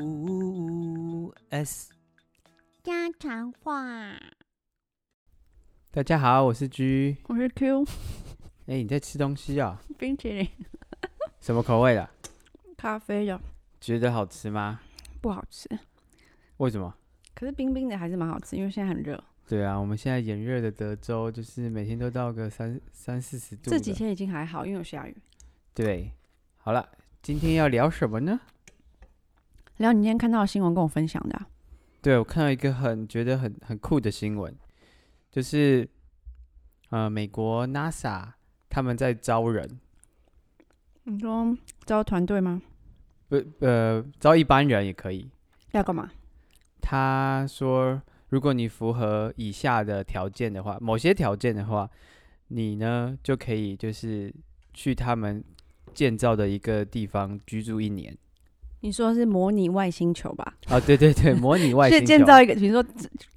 U S。家常话。大家好，我是 G。我是 Q 哎、你在吃东西啊、 冰淇淋，什么口味的？咖啡的觉得好吃吗？不好吃，为什么？可是冰冰的还是蛮好吃，因为现在很热。对啊，我们现在炎热的德州，就是每天都到个三三四十度。这几。天已经还好，因为有下雨。对，好了，今天要聊什么呢？然后你今天看到的新闻跟我分享的啊、对，我看到一个很觉得很很酷的新闻，就是呃，美国 NASA 他们在招人，你嗯说招团队吗？不呃，招一般人也可以。要干嘛？他说，如果你符合以下的条件的话，某些条件的话，你呢就可以就是去他们建造的一个地方居住一年。你说是模拟外星球吧？啊，对对 对，模拟外是星球。建造一个，比如说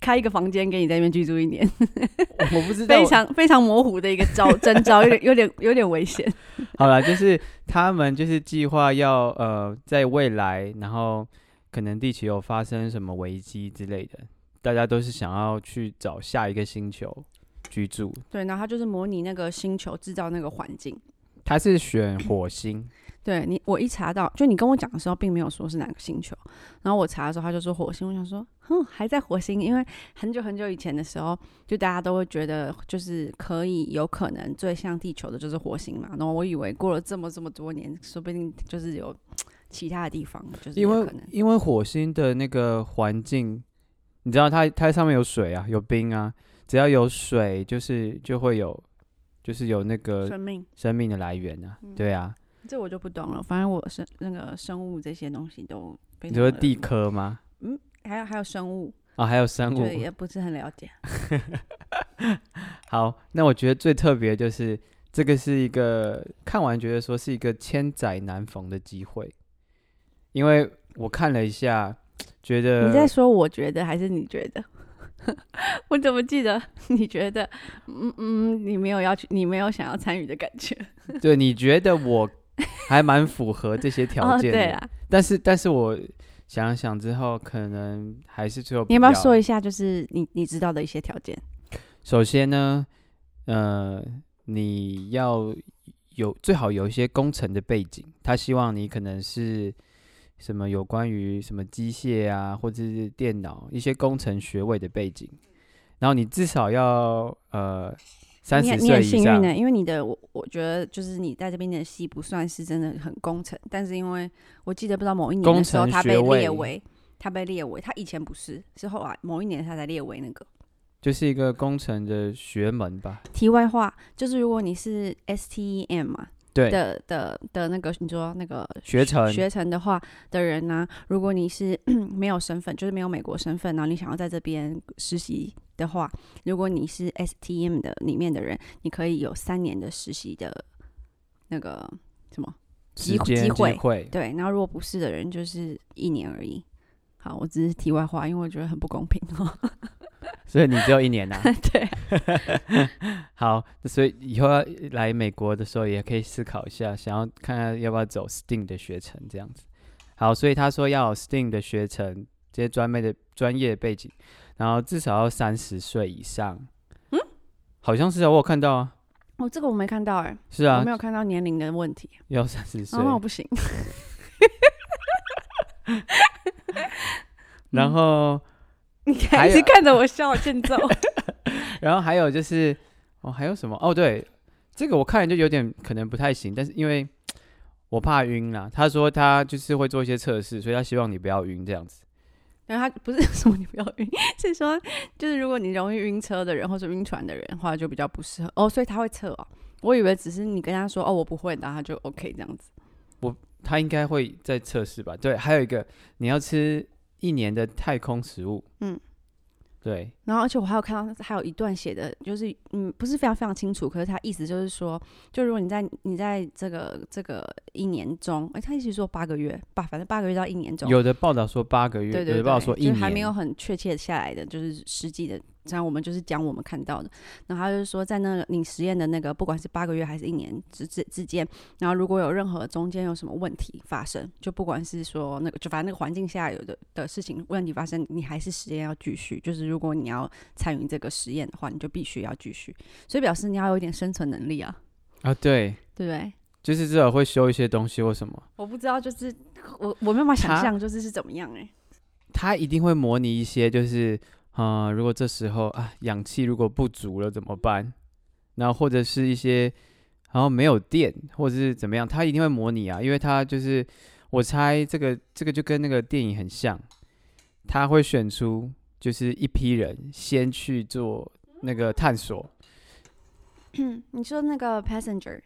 开一个房间给你在那边居住一 年， 我不知道非。常非常模糊的一个 招征招，有点有点有点危险。好了，就是他们就是计划要呃，在未来，然后可能地球有发生什么危机之类的，大家都是想要去找下一个星球居住。对，然后它就是模拟那个星球，制造那个环境。他是选火星，对你，我一查到，就你跟我讲的时候，并没有说是哪个星球。然后我查的时候，他就说火星。我想说，哼，还在火星，因为很久很久以前的时候，就大家都会觉得，就是可以有可能最像地球的就是火星嘛。然后我以为过了这么这么多年，说不定就是有其他的地方，就因是嗯有为可能。因为火星的那个环境，你知道它它上面有水啊，有冰啊，只要有水，就是就会有，就是有那个生嗯命，生命的来源啊，对啊，这我就不懂了。反正我生那个生物这些东西都非你常说的地，科吗？还有还有生物，啊，还有生物对，，也不是很了解。好，那我觉得最特别就是这个是一个看完觉得说是一个千载难逢的机会，因为我看了一下，觉得你在说我觉得还是你觉得？ 我怎么记得 你觉得？嗯嗯，你没有要去，你没有想要参与的感觉。对，你觉得我还蛮符合这些条哦，件对的，啦，但是但是我想想之后，可能还是最后你要不要要说一下，就是你你知道的一些条件？首先呢，呃，你要有最好有一些工程的背景，他希望你可能是什么有关于什么机械啊，或者是电脑一些工程学位的背景，然后你至少要呃三你十很你岁以很幸运欸上呢、。因为你的我我觉得就是你在这边的戏不算是真的很工程，但是因为我记得不知道某一年的时候，工程他被学位列为他被列为，他以前不是，是后来某一年他才列为那个。就是一个工程的学门吧，题外话，就是如果你是 STEM 嘛对，的的的那个，你说那个学程，学成的话的人呢、如果你是 没有身份，就是没有美国身份，然后你想要在这边实习的话，如果你是 STM 的里面的人，你可以有三年的实习的那个什么时机会间机机会会，对，然后如果不是的人，就是一年而已。好，我只是题外话，因为我觉得很不公平哦。 所以你只有一年呐、啊对，好，所以以后要来美国的时候，也可以思考一下，想要看看要不要走 STEAM 的学程这样子。好，所以他说要有 STEAM 的学程，这些专门的专业背景，然后至少要三十岁以上。嗯，好像是啊，我有看到啊，哦，这个我没看到哎、是啊我没，有看到年龄的问题，要三十岁哦，。那我不行。 嗯然后，你还还有是看着我笑，欠揍。然后还有就是，哦，还有什么？哦，对，这个我看了就有点可能不太行，但是因为我怕晕啦，他说他就是会做一些测试，所以他希望你不要晕这样子。然后他不是 说你不要晕，是说就是如果你容易晕车的人或者晕船的人的话，就比较不适合哦。所以他会测哦，我以为只是你跟他说哦我不会，然后他就 OK 这样子。他应该会再测试吧？对，还有一个你要吃一年的太空食物，嗯，对，然后而且我还有看到还有一段写的，就是嗯不是非常非常清楚，可是他意思就是说，就如果你在你在这个这个一年中，哎他一直说八个月吧，反正八个月到一年中，有的报道说八个月，对对有的对，报道说一就年，是还没有很确切下来的，就是实际的然后我们就是讲我们看到的，然后他就说在那个你实验的那个不管是八个月还是一年之之之间，然后如果有任何中间有什么问题发生，就不管是说那个就反正那个环境下有的的事情问题发生，你还是实验要继续，就是如果你要参与这个实验的话，你就必须要继续，所以表示你要有一点生存能力啊，啊，对，对不对？就是至少会修一些东西或什么。我不知道，就是我我没有办法想他象，就是是怎么样哎、他一定会模拟一些，就是呃，如果这时候啊，氧气如果不足了怎么办？那或者是一些，然后没有电，或者是怎么样，他一定会模拟啊，因为他就是我猜这个这个就跟那个电影很像，他会选出就是一批人先去做那个探索， 你说那个 passenger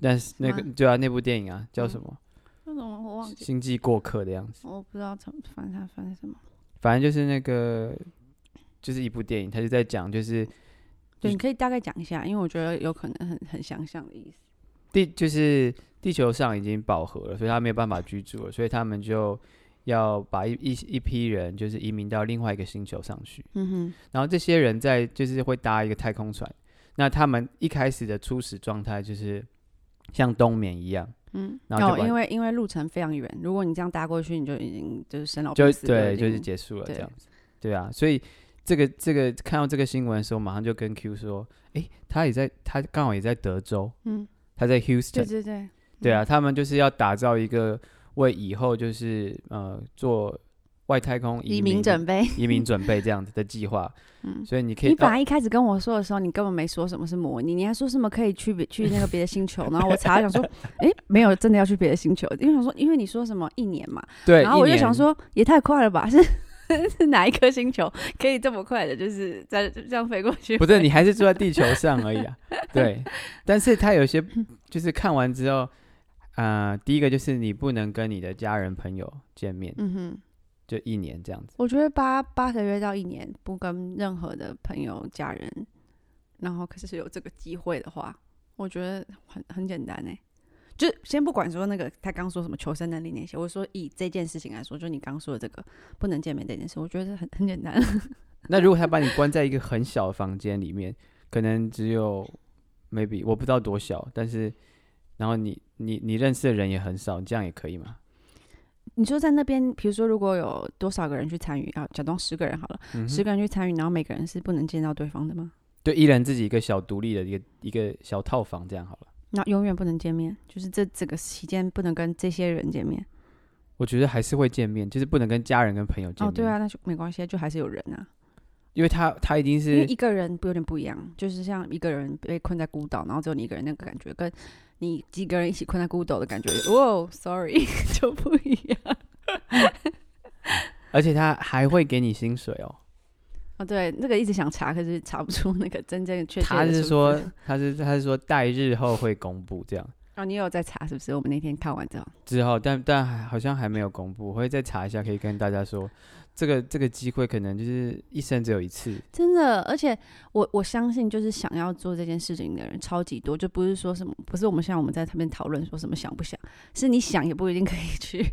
但是那个什对啊，那部电影啊叫什嗯么那种我忘《记，星际过客》的样子。我不知道怎么翻他翻的什么。反正就是那个，就是一部电影，他就在讲，就是就对，是你可以大概讲一下，因为我觉得有可能很很想象的意思。地就是地球上已经饱和了，所以他没有办法居住了，所以他们就要把一一一批人就是移民到另外一个星球上去。嗯哼，然后这些人在就是会搭一个太空船，那他们一开始的初始状态就是像冬眠一样，嗯，然后就哦，把因为因为路程非常远，如果你这样搭过去，你就已经就是生老就病哦死，对，已就是经结束了这对样子。对啊，所以这个这个看到这个新闻的时候，马上就跟 Q 说，诶，他也在，他刚好也在德州，嗯，他在对 Houston，对对，对嗯啊，他们就是要打造一个为以后就是呃做外太空移民民准备。移民准备这样子的计划， 嗯所以你可以你本哦来一开始跟我说的时候，你根本没说什么是模拟，你还说什么可以去别去那个别的星球，然后我查 想说，诶，没有真的要去别的星球，因为想说，因为你说什么一年嘛，对，然后我一就年想，说，也太快了吧，是 是哪一颗星球可以这么快的，就是在这样飞过去？不 是你还是住在地球上而已啊，对，但是他有些就是看完之后，啊，第一个就是你不能跟你的家人朋友见面，嗯哼，就一年这样子，我觉得八八个月到一年不跟任何的朋友、家人，然后可是有这个机会的话，我觉得很很简单哎、就先不管说那个他刚说什么求生能力那些，我说以这件事情来说，就你刚说的这个不能见面这件事，我觉得很很简单。 那如果他把你关在一个很小的房间里面，可能只有 maybe 我不知道多小，但是然后你你你认识的人也很少，这样也可以吗？你说在那边，比如说如果有多少个人去参与啊？假装十个人好了，嗯十哼，个人去参与，然后每个人是不能见到对方的吗？对，一人自己一个小独立的一个一个小套房，这样好了。那永远不能见面，就是这这个期间不能跟这些人见面。我觉得还是会见面，就是不能跟家人跟朋友见面。哦，对啊，，那就没关系，就还是有人啊。因为他他一定因为是一个人不有点不一样，就是像一个人被困在孤岛，然后只有你一个人那个感觉，跟你几个人一起困在孤岛的感觉，哇，sorry 就不一样。而且他还会给你薪水哦。哦，对，那个一直想查，可是查不出那个真正确切的他是数字说他是他是说待日后会公布这样，哦，你有在查是不是？我们那天看完之后，之后但但还好像还没有公布，我会再查一下，可以跟大家说，这个这个机会可能就是一生只有一次。真的，而且我我相信，就是想要做这件事情的人超级多，就不是说什么，不是我们像我们在那边讨论说什么想不想，是你想也不一定可以去。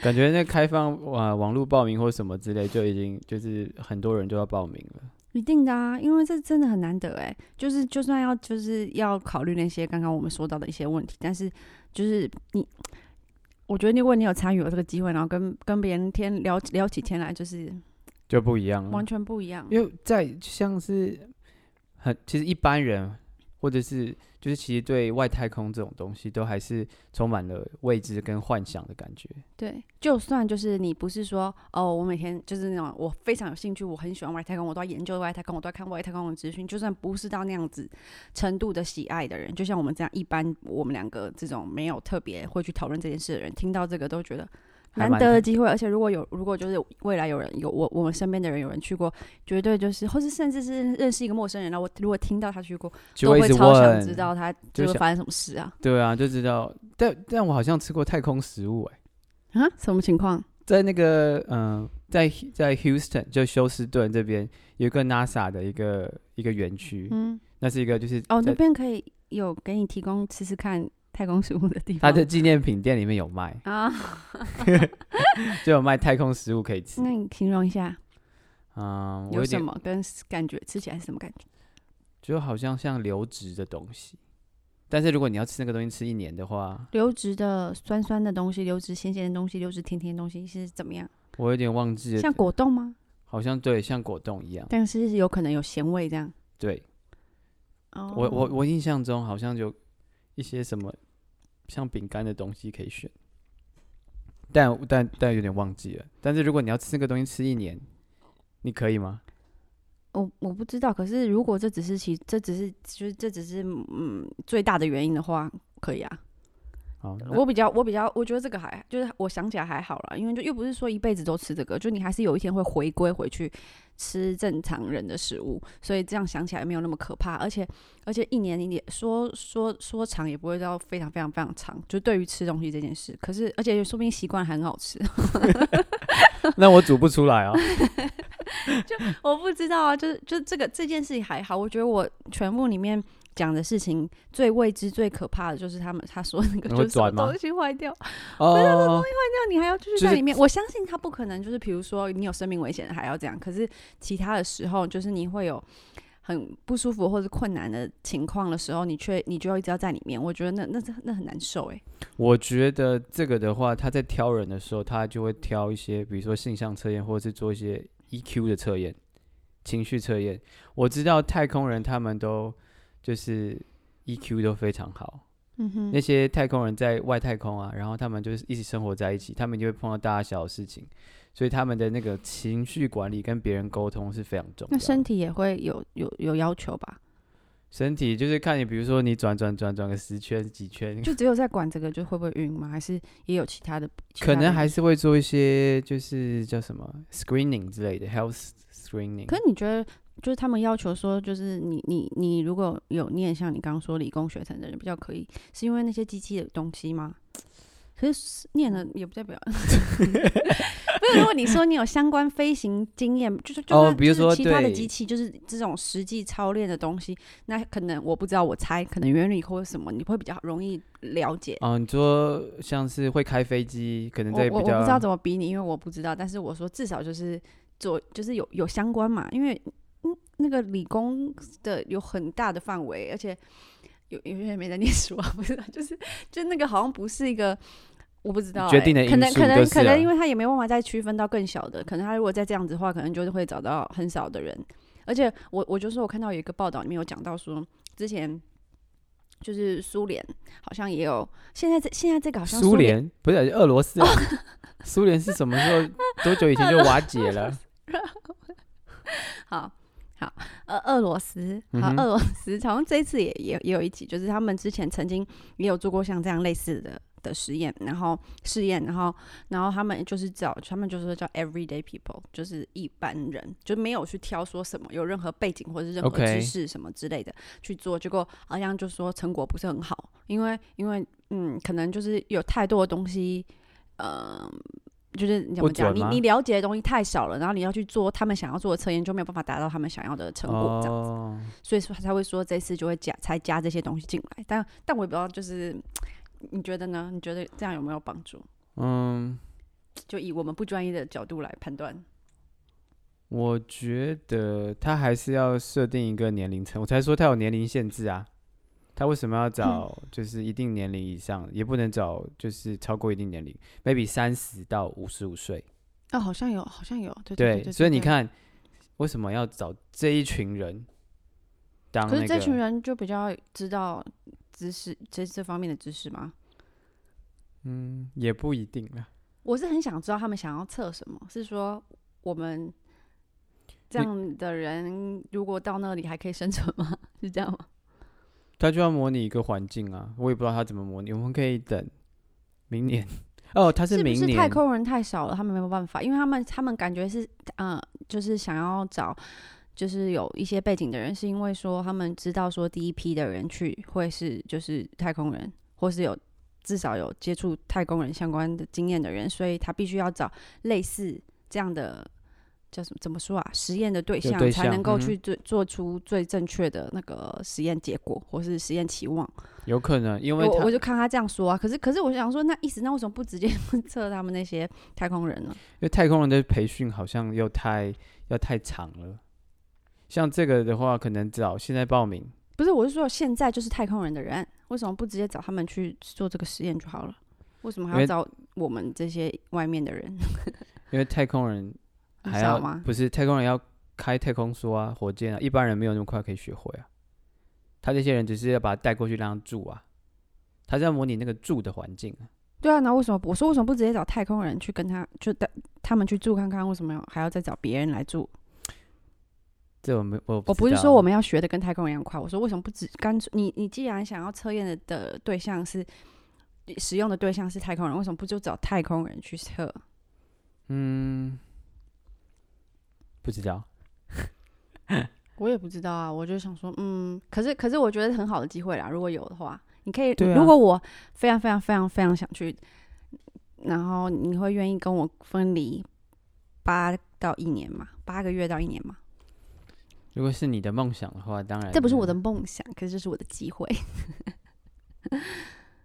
感觉那开放啊、呃网络报名或什么之类，就已经就是很多人就要报名了。一定的啊，因为这真的很难得哎，就是就算要就是要考虑那些刚刚我们说到的一些问题，但是就是你，我觉得如果你有参与了这个机会，然后跟跟别人天聊聊起天来，就是就不一样了完。全不一样。因为在像是很其实一般人，或者是就是其实对外太空这种东西，都还是充满了未知跟幻想的感觉。对，就算就是你不是说哦，我每天就是那种我非常有兴趣，我很喜欢外太空，我都要研究外太空，我都要看外太空的资讯。就算不是到那样子程度的喜爱的人，就像我们这样一般，我们两个这种没有特别会去讨论这件事的人，听到这个都觉得还难蛮得特的机会。而且如果有，如果就是未来有人有我我们身边的人有人去过，绝对就是，或是甚至是认识一个陌生人，然后我如果听到他去过，就都会一会直超想知问，道他就就会想发生什么事啊对啊，就知道。但但我好像吃过太空食物哎、啊，什么情况？在那个嗯、呃在在 Houston 就休斯顿这边有一个 NASA 的一个一个园区，嗯。那是一个就是哦，在那边可以有给你提供吃吃看太空食物的地方。它的纪念品店里面有卖，啊， 就有卖太空食物可以吃。那你形容一下，嗯，我嗯有有什点么跟感觉吃起来是什么感觉？就好像像流质的东西，但是如果你要吃那个东西吃一年的话，流质的酸酸的东西，流质咸咸的东西，流质甜甜的东西是怎么样？我有点忘记了，像果冻吗？好像对，像果冻一样。但是有可能有咸味这样。对哦我我我印象中好像有一些什么像饼干的东西可以选，但但但有点忘记了。但是如果你要吃那个东西吃一年，你可以吗？我我不知道，可是如果这只是其这只是就是这只是嗯最大的原因的话，可以啊。好，那我比较我比较我觉得这个还就是我想起来还好啦，因为就又不是说一辈子都吃这个，就你还是有一天会回归回去吃正常人的食物，所以这样想起来没有那么可怕。而且而且一年也说说说长也不会到非常非常非常长，就对于吃东西这件事，可是而且说不定习惯还很好吃， 那我煮不出来哦。我不知道啊，就是就这个这件事情还好，我觉得我全部里面讲的事情最未知、最可怕的就是他们他说那你个就会是什么转吗东西坏掉，哦，那你还要继续就是在里面。我相信他不可能就是比如说你有生命危险还要这样，可是其他的时候就是你会有。很不舒服或者困难的情况的时候，你却你就一直要在里面，我觉得那那那那很难受哎、我觉得这个的话，他在挑人的时候，他就会挑一些，比如说性向测验，或者是做一些 EQ 的测验、情绪测验。我知道太空人他们都就是 EQ 都非常好，嗯哼那些太空人在外太空啊，然后他们就是一起生活在一起，他们就会碰到大大小小的事情，所以他们的那个情绪管理跟别人沟通是非常重要的。那身体也会有有有要求吧？身体就是看你，比如说你转转转转个十圈几圈，就只有在管这个，就会不会晕吗？还是也有其他的？其可他能的因还素是会做一些就是叫什么 screening 之类的 health screening。可是你觉得，就是他们要求说，就是你你你如果有念像你刚刚说理工学程的人比较可以，是因为那些机器的东西吗？可是念了也不代表， 没有。如果你说你有相关飞行经验，就是就哦算比如就是说其他的对机器，就是这种实际操练的东西，那可能我不知道，我猜可能原理或者什么，你会比较容易了解。哦，你说像是会开飞机，可能我在我比我不知道较怎么比你，因为我不知道。但是我说至少就是做，就是有有相关嘛，因为嗯，那个理工的有很大的范围，而且有有些人没在念书啊，不知道，就是就那个好像不是一个。我不知道欸、决定的因可能素可能就是啊可了能，因为他也没办法再区分到更小的，可能他如果再这样子的话，可能就是会找到很少的人。而且我我就说，我看到有一个报道里面有讲到说，之前就是苏联好像也有，现在这现在这个好像苏联哦联不是俄罗斯啊，苏联是什么时候多久以前就瓦解 了？好好，呃，俄罗斯，嗯好，哼俄罗斯，好像这一次也也也有一集，就是他们之前曾经也有做过像这样类似的的实验，然后试验，然后然后他们就是叫他们就是叫 everyday people，就是一般人，就没有去挑说什么有任何背景或是任何 OK 知识什么之类的去做，结果好像就说成果不是很好，因为因为嗯，可能就是有太多的东西，呃。就是你怎么不讲？准你吗你了解的东西太少了，然后你要去做他们想要做的测验，就没有办法达到他们想要的成果，这样子。哦，所以说他才会说这次就会加才加这些东西进来。但但我也不知道，就是你觉得呢？你觉得这样有没有帮助？嗯，就以我们不专业的角度来判断，我觉得他还是要设定一个年龄层，我才说他有年龄限制啊。他为什么嗯要找就是一定年龄以上，也不能找就是超过一定年龄，maybe 三十到五十五岁。哦，好像有，好像有，对对对，所以你，看为什么要找这一群人当可那是这群个？人就比较知道知识这这方面的知识吗？嗯，也不一定啦。我是很想知道他们想要测什么，是说我们这你样的人如果到那里还可以生存吗？ 是这样吗？他就要模拟一个环境啊，我也不知道他怎么模拟。我们可以等明年 哦，他是不明是年太空人太少了，他们没有办法，因为他们他们感觉是呃，就是想要找就是有一些背景的人，是因为说他们知道说第一批的人去会是就是太空人，或是有至少有接触太空人相关的经验的人，所以他必须要找类似这样的叫什么怎么说啊？实验的对象对才能象够嗯哼去做做出最正确的那个实验结果，或是实验期望。有可能，因为我我他就看他这样说啊，可是可是我想说，那意思那为什么不直接 测他们那些太空人呢？因为太空人的培训好像又太要太长了，像这个的话，可能早现在报名，不是，我是说现在就是太空人的人，为什么不直接找他们去做这个实验就好了？为什么还因要为找我们这些外面的人？ 因为太空人你还知道要吗？不是太空人要开太空梭啊、火箭啊，一般人没有那么快可以学会啊。他这些人只是要把他带过去让他住啊，他是要模拟那个住的环境啊。对啊，那为什么不我说为什么不直接找太空人去跟他就带他们去住看看？为什么要还要再找别人来住？这我没我我不哦不知啊是道说我们要学的跟太空人一样快，我说为什么不只干脆你你既然想要测验的的对象是使用的对象是太空人，为什么不就找太空人去测？嗯不知道，我也不知道啊，我就想说，嗯，可是可是我觉得很好的机会啦，如果有的话，你可以，对啊如果我非常非常非常非常想去，然后你会愿意跟我分离八到一年嘛，八个月到一年嘛？如果是你的梦想的话，当然这不是我的梦想，可是这是我的机会，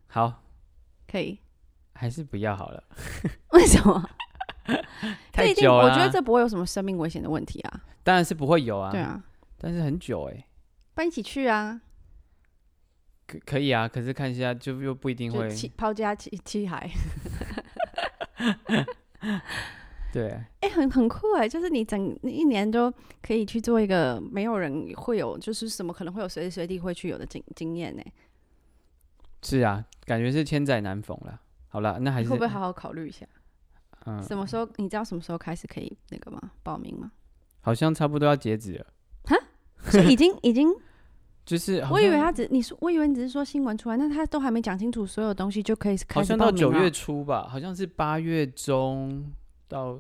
好，可以？还是不要好了，为什么？这 太一定，久我了啊。觉得这不会有什么生命危险的问题啊。当然是不会有啊，对，啊，但是很久哎、搬一起去啊，可可以啊，可是看一下就又不一定就会弃抛家弃弃孩，对。哎、很很酷哎，就是你整你一年都可以去做一个没有人会有，就是什么可能会有随时随地会去有的经经验欸呢？是啊，感觉是千载难逢了。好了，那还你是会不会好好考虑一下？嗯，什么时候你知道什么时候开始可以那个吗？报 名吗？好像差不多要截止了，所以已经已经，就是好我以为像他只你说，我以为你只是说新闻出来，那他都还没讲清楚所有东西就可以开好始像报到名九了月初吧，好像是八月中到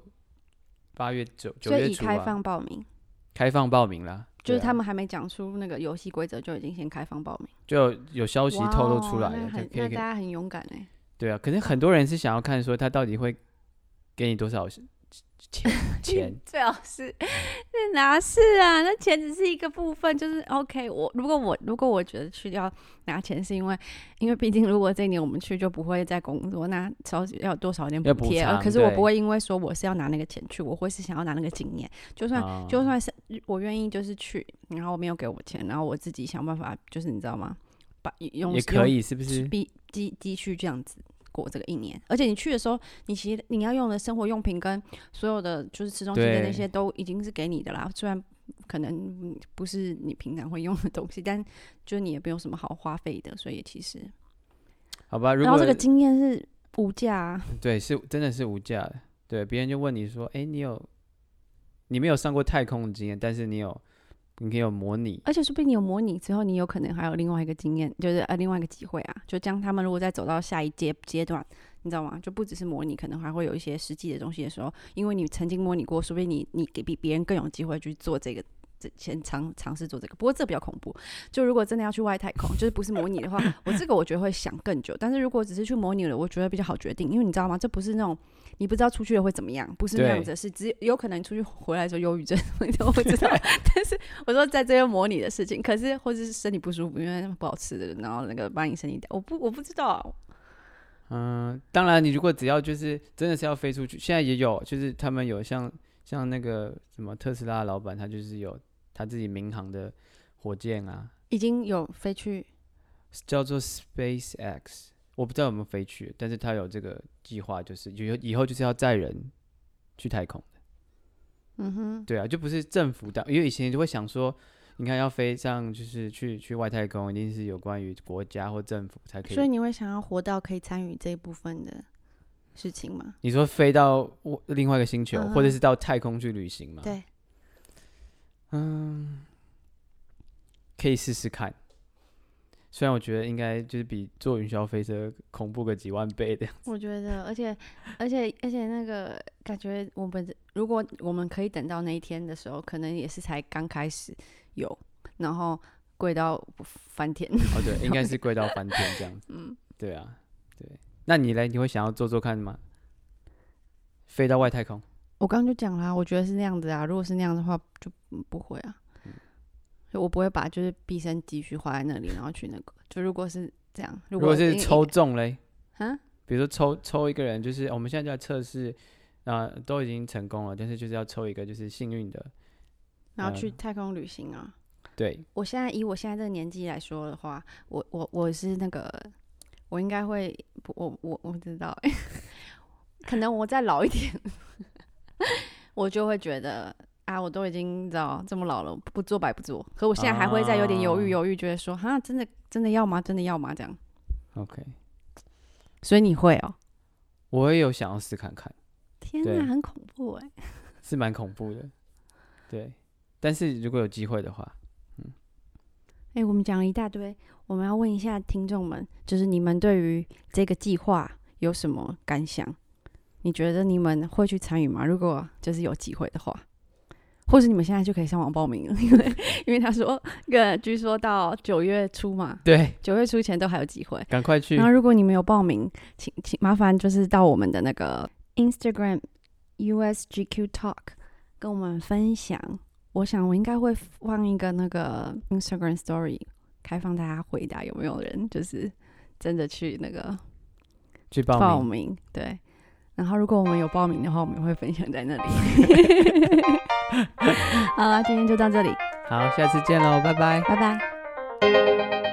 八月九九所月以已初、啊、开放报名，开放报名啦，就是对啊他们还没讲出那个游戏规则就已经先开放报名。就有有消息透露出来哇哦了，那可很可那以可大以家很勇敢哎。对啊，可是很多人是想要看说他到底会给你多少 钱钱，最好是那哪是啊？那钱只是一个部分，就是 OK 我。如果我如果我觉得去要拿钱，是因为因为毕竟如果这一年我们去就不会再工作，那少要有多少一点要补补贴？呃偿可是我对不会因为说我是要拿那个钱去，我会是想要 拿那个经验。就算、啊就算是我愿意就是去，然后我没有给我钱，然后我自己想办法，就是你知道吗？把用也用可以啊是不 是？必积积蓄这样子过这个一年，而且你去的时候，你其实你要用的生活用品跟所有的就是吃东西的那对些都已经是给你的啦，虽然可能嗯不是你平常会用的东西，但就你也没有什么好花费的，所以其实，好吧，如然后果这个经验是无价、啊，对，是真的是无价的。对，别人就问你说：“哎、你有你没有上过太空的经验，但是你有你可以有模拟。而且说不定你有模拟之后，你有可能还有另外一个经验，就是呃另外一个机会啊，就将他们如果再走到下一阶阶段。你知道吗？就不只是模拟，可能还会有一些实际的东西的时候，因为你曾经模拟过，说不定你你给比别人更有机会去做这个，这先尝尝试做这个。不过这比较恐怖，就如果真的要去外太空， 就是不是模拟的话，我这个我觉得会想更久。但是如果只是去模拟了，我觉得比较好决定，因为你知道吗？这不是那种你不知道出去了会怎么样，不是那样子的事，只有有可能出去回来的时候忧郁症， 我不知道。 但是我说在这边模拟的事情，可是或者是身体不舒服，因为不好吃的，然后那个把你身体打，我不我不知道啊，嗯，当然，你如果只要就是真的是要飞出去，现在也有，就是他们有像像那个什么特斯拉的老板，他就是有他自己民航的火箭啊，已经有飞去叫做 SpaceX，我不知道有没有飞去，但是他有这个计划，就是以后以后就是要载人去太空。嗯哼，对啊，就不是政府的，因为以前就会想说，你看要飞上就是去去外太空，一定是有关于国家或政府才可所以以。你会想要活到可以参与这一部分的事情吗？你说飞到我另外一个星球，或者嗯是到太空去旅行嘛？对，嗯，可以试试看。虽然我觉得应该就是比坐云霄飞车恐怖个几万倍的，我觉得，而且而且而且那个感觉，我们的如果我们可以等到那一天的时候，可能也是才刚开始有，然后贵到翻天。 哦对，应该是贵到翻天这样子。嗯，对啊，对。那你嘞，你会想要做做看吗？飞到外太空？我刚刚就讲啦，我觉得是那样子啊。如果是那样的话，就嗯不会啊。就我不会把就是毕生积蓄花在那里，然后去那个。就如果是这样，如如果果是因抽嗯中嘞，啊，比如说抽抽一个人，就是我们现在就在测试，啊、都已经成功了，但是就是要抽一个就是幸运的，然后去嗯太空旅行啊。对，我现在以我现在这个年纪来说的话，我我我是那个，我应该会，不我我我不知道、 欸，可能我再老一点，我就会觉得啊，我都已经你知道这么老了，不做白不做。可我现在还会再有点犹豫啊犹豫，觉得说哈，真的真的要吗？真的要吗？这样。 OK 所以你会哦、我也有想要试看看，天对哪，很恐怖哎、是蛮恐怖的，对，但是如果有机会的话，哎、我们讲了一大堆，我们要问一下听众们，就是你们对于这个计划有什么感想？你觉得你们会去参与吗？如果就是有机会的话，或者你们现在就可以上网报名了，因为因为他说，呃，据说到九月初嘛，对，九月初前都还有机会。赶快去然后如果你们有报名，请请麻烦就是到我们的那个 Instagram USGQ Talk 跟我们分享。我想我应该会放一个那个 Instagram Story，开放大家回答有没有人就是真的去那个去报报名，名。对，然后如果我们有报名的话，我们也会分享在那里。 好了，今天就到这里，好，下次见喽，拜拜。拜拜。